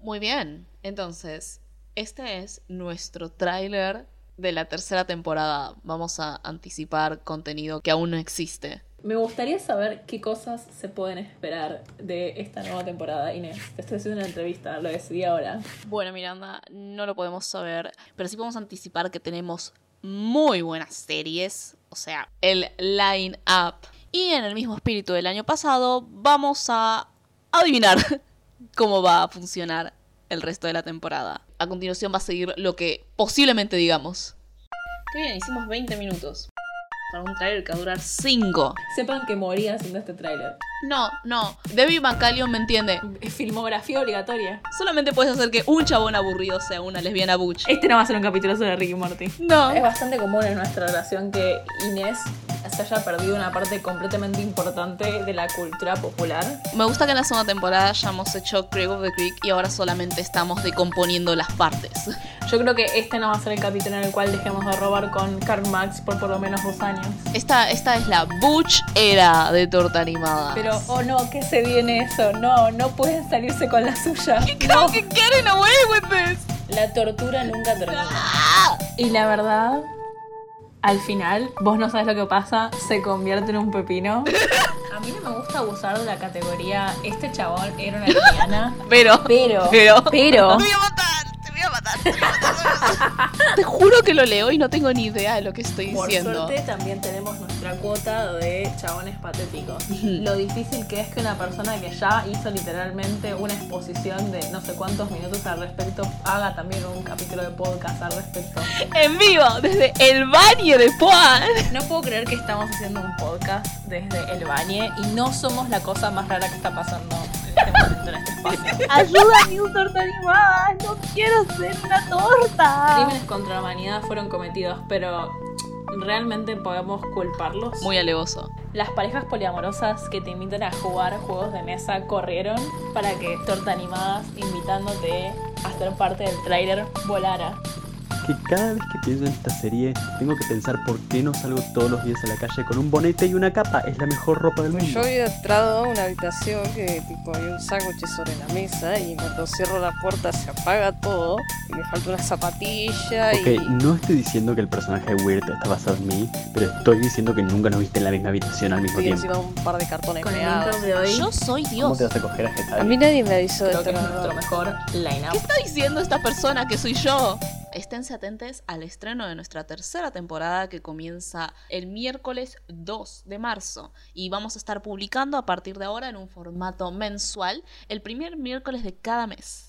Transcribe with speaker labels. Speaker 1: Muy bien. Entonces, este es nuestro tráiler de la tercera temporada. Vamos a anticipar contenido que aún no existe.
Speaker 2: Me gustaría saber qué cosas se pueden esperar de esta nueva temporada, Inés. Te estoy haciendo una entrevista, lo decidí ahora.
Speaker 1: Bueno, Miranda, no lo podemos saber, pero sí podemos anticipar que tenemos muy buenas series, o sea, el line-up. Y en el mismo espíritu del año pasado, vamos a adivinar cómo va a funcionar el resto de la temporada. A continuación va a seguir lo que posiblemente digamos. Qué bien, hicimos 20 minutos. Para un trailer que va a durar 5.
Speaker 2: Sepan que moría haciendo este tráiler.
Speaker 1: No, no. Debbie Bacalion me entiende.
Speaker 2: Filmografía obligatoria.
Speaker 1: Solamente puedes hacer que un chabón aburrido sea una lesbiana butch.
Speaker 3: Este no va a ser un capítulo sobre Ricky Morty.
Speaker 1: Eh, No.
Speaker 2: Es bastante común en nuestra relación que Inés se haya perdido una parte completamente importante de la cultura popular.
Speaker 1: Me gusta que en la segunda temporada ya hemos hecho Craig of the Creek y ahora solamente estamos decomponiendo las partes.
Speaker 2: Yo creo que este no va a ser el capítulo en el cual dejemos de robar con Karl Marx por por lo menos dos años.
Speaker 1: Esta, esta es la butch era de torta animada.
Speaker 2: Pero, oh no, ¿qué se viene eso? No, no pueden salirse con la suya.
Speaker 1: creo que getting away with this.
Speaker 2: La tortura nunca termina. Y la verdad, al final, vos no sabes lo que pasa, se convierte en un pepino. A mí no me gusta abusar de la categoría este chabón era una lesbiana.
Speaker 1: Pero.
Speaker 2: Pero,
Speaker 1: Pero.
Speaker 2: pero,
Speaker 1: voy a matar, te voy a matar, te voy a matar. Te juro que lo leo y no tengo ni idea de lo que estoy
Speaker 2: por
Speaker 1: diciendo.
Speaker 2: suerte también tenemos nuestra cuota de chabones patéticos. Lo difícil que es que una persona que ya hizo literalmente una exposición de no sé cuántos minutos al respecto haga también un capítulo de podcast al respecto.
Speaker 1: En vivo, desde el baño de Juan.
Speaker 2: No puedo creer que estamos haciendo un podcast desde el baño y no somos la cosa más rara que está pasando en este momento en este espacio.
Speaker 3: Ayuda a un torta animada. No quiero ser una torta.
Speaker 2: Crímenes contra la humanidad fueron cometidos, pero ¿realmente podemos culparlos?
Speaker 1: Muy alevoso.
Speaker 2: Las parejas poliamorosas que te invitan a jugar juegos de mesa corrieron para que Torta Animadas, invitándote a ser parte del tráiler, volara.
Speaker 4: que cada vez que pienso en esta serie tengo que pensar por qué no salgo todos los días a la calle con un bonete y una capa. Es la mejor ropa del mundo.
Speaker 5: Yo había entrado a una habitación que tipo había un sándwich sobre la mesa y cuando cierro la puerta se apaga todo y me falta una zapatilla y...
Speaker 4: Ok, no estoy diciendo que el personaje de Weird está basado en mí, pero estoy diciendo que nunca nos viste en la misma habitación al mismo
Speaker 5: y
Speaker 4: tiempo.
Speaker 5: encima un par de cartones
Speaker 2: Con el
Speaker 5: pegados.
Speaker 2: intro de hoy,
Speaker 1: Yo soy
Speaker 4: ¿Cómo
Speaker 1: Dios.
Speaker 4: te vas a coger a
Speaker 5: A
Speaker 4: Getafe?
Speaker 5: mí nadie me avisó de
Speaker 2: creo
Speaker 5: esto.
Speaker 2: que es
Speaker 5: la
Speaker 2: nuestro
Speaker 5: verdad.
Speaker 2: mejor line-up.
Speaker 1: ¿Qué está diciendo esta persona que soy yo? Esténse atentos al estreno de nuestra tercera temporada que comienza el miércoles 2 de marzo y vamos a estar publicando a partir de ahora en un formato mensual el primer miércoles de cada mes.